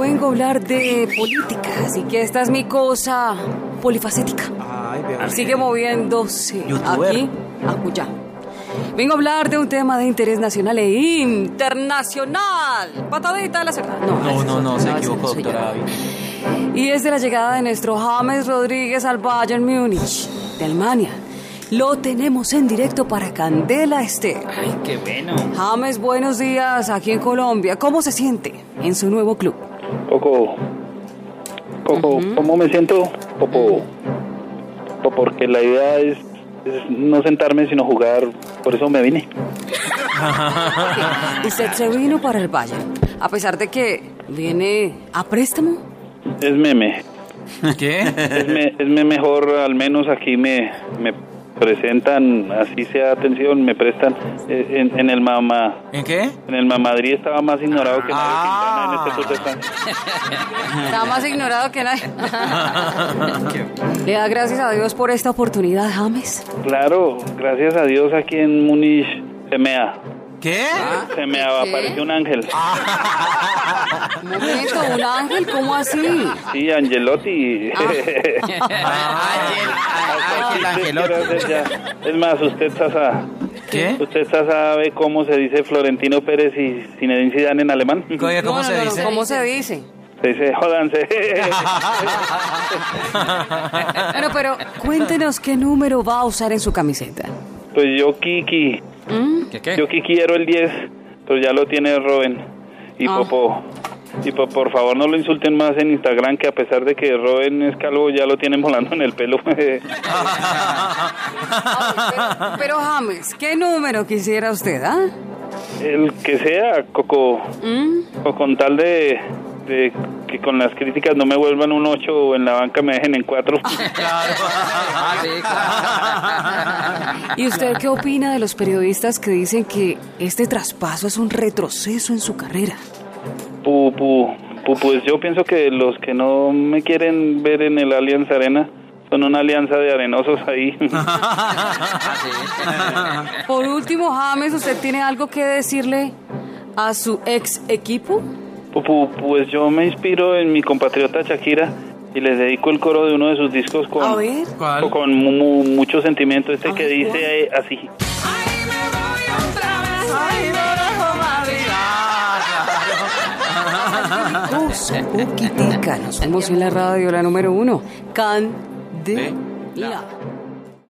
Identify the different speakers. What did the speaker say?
Speaker 1: vengo a hablar de política, así que esta es mi cosa polifacética.
Speaker 2: Ay, veo.
Speaker 1: Sigue moviéndose
Speaker 2: Youtuber.
Speaker 1: aquí, acullá. Vengo a hablar de un tema de interés nacional e internacional. Patadita de la cerda.
Speaker 2: No,
Speaker 1: ese
Speaker 2: no,
Speaker 1: es
Speaker 2: no,
Speaker 1: otro,
Speaker 2: se
Speaker 1: ese
Speaker 2: equivocó,
Speaker 1: soy yo.
Speaker 2: doctora David.
Speaker 1: Y es de la llegada de nuestro James Rodríguez al Bayern Múnich, de Alemania. Lo tenemos en directo para Candela Esther.
Speaker 3: Ay, qué bueno.
Speaker 1: James, buenos días aquí en Colombia. ¿Cómo se siente en su nuevo club?
Speaker 4: Coco, Coco, ¿cómo me siento? Popo, Popo, porque la idea es, es no sentarme sino jugar, por eso me vine.
Speaker 1: Y usted se vino para el Bayern, a pesar de que viene a préstamo.
Speaker 4: Es meme,
Speaker 2: ¿Qué?
Speaker 4: es, me- es me mejor, al menos aquí me, me presentan, así sea atención, me prestan eh, en, en el mamá.
Speaker 2: ¿En qué?
Speaker 4: En el Mamadrid estaba más ignorado que Mario
Speaker 2: Ah.
Speaker 4: Quintana en este Tour de Francia.
Speaker 1: Está más ignorado que nadie. Le da gracias a Dios por esta oportunidad, James.
Speaker 4: Claro, gracias a Dios aquí en Múnich se mea,
Speaker 2: ¿Qué? Ah.
Speaker 4: se me
Speaker 1: ¿Qué?
Speaker 4: apareció un ángel.
Speaker 1: Un momento, un ángel, ¿cómo así?
Speaker 4: Sí, Angelotti.
Speaker 3: Ángel,
Speaker 2: Ah,
Speaker 4: Hasta
Speaker 3: Ángel,
Speaker 4: aquí
Speaker 3: Ángel,
Speaker 4: te Ah, quiero
Speaker 3: Ángel.
Speaker 4: hacer ya. Es más, usted Sasa,
Speaker 2: ¿Qué?
Speaker 4: usted Sasa, sabe cómo se dice Florentino Pérez y Zinedine Zidane en alemán.
Speaker 2: Oye, ¿Cómo
Speaker 1: No, no,
Speaker 2: se
Speaker 1: no, no,
Speaker 2: dice?
Speaker 1: ¿Cómo se dice?
Speaker 4: Se dice jodanse.
Speaker 1: Bueno, pero cuéntenos qué número va a usar en su camiseta.
Speaker 4: pues yo Kiki,
Speaker 3: ¿Qué
Speaker 2: ¿Eh?
Speaker 3: qué?
Speaker 4: yo Kiki quiero el 10, pero ya lo tiene Robin y
Speaker 1: Ah.
Speaker 4: Popo. Y po- por favor no lo insulten más en Instagram que a pesar de que Robin es calvo ya lo tienen volando en el pelo.
Speaker 1: Pero, Ah, pero, James, ¿qué número quisiera usted, ah?
Speaker 4: el que sea, Coco.
Speaker 1: ¿Mm?
Speaker 4: O con tal de, de que con las críticas no me vuelvan un 8 o en la banca me dejen en 4.
Speaker 3: Ah, sí, claro.
Speaker 1: ¿Y usted qué opina de los periodistas que dicen que este traspaso es un retroceso en su carrera?
Speaker 4: Pu, pu, pu, pues yo pienso que los que no me quieren ver en el Allianz Arena son una alianza de arenosos ahí.
Speaker 2: Ah,
Speaker 1: Por último, James, ¿usted tiene algo que decirle a su ex equipo?
Speaker 4: Pu, pu, pues yo me inspiro en mi compatriota Shakira y les dedico el coro de uno de sus discos con,
Speaker 1: A ver.
Speaker 2: ¿Cuál?
Speaker 4: con mu- mu- mucho sentimiento. Este
Speaker 1: Ay,
Speaker 4: que dice eh, así.
Speaker 2: Ah,
Speaker 1: Cos, poquitica, nos vemos en la radio, la número uno. Can de la.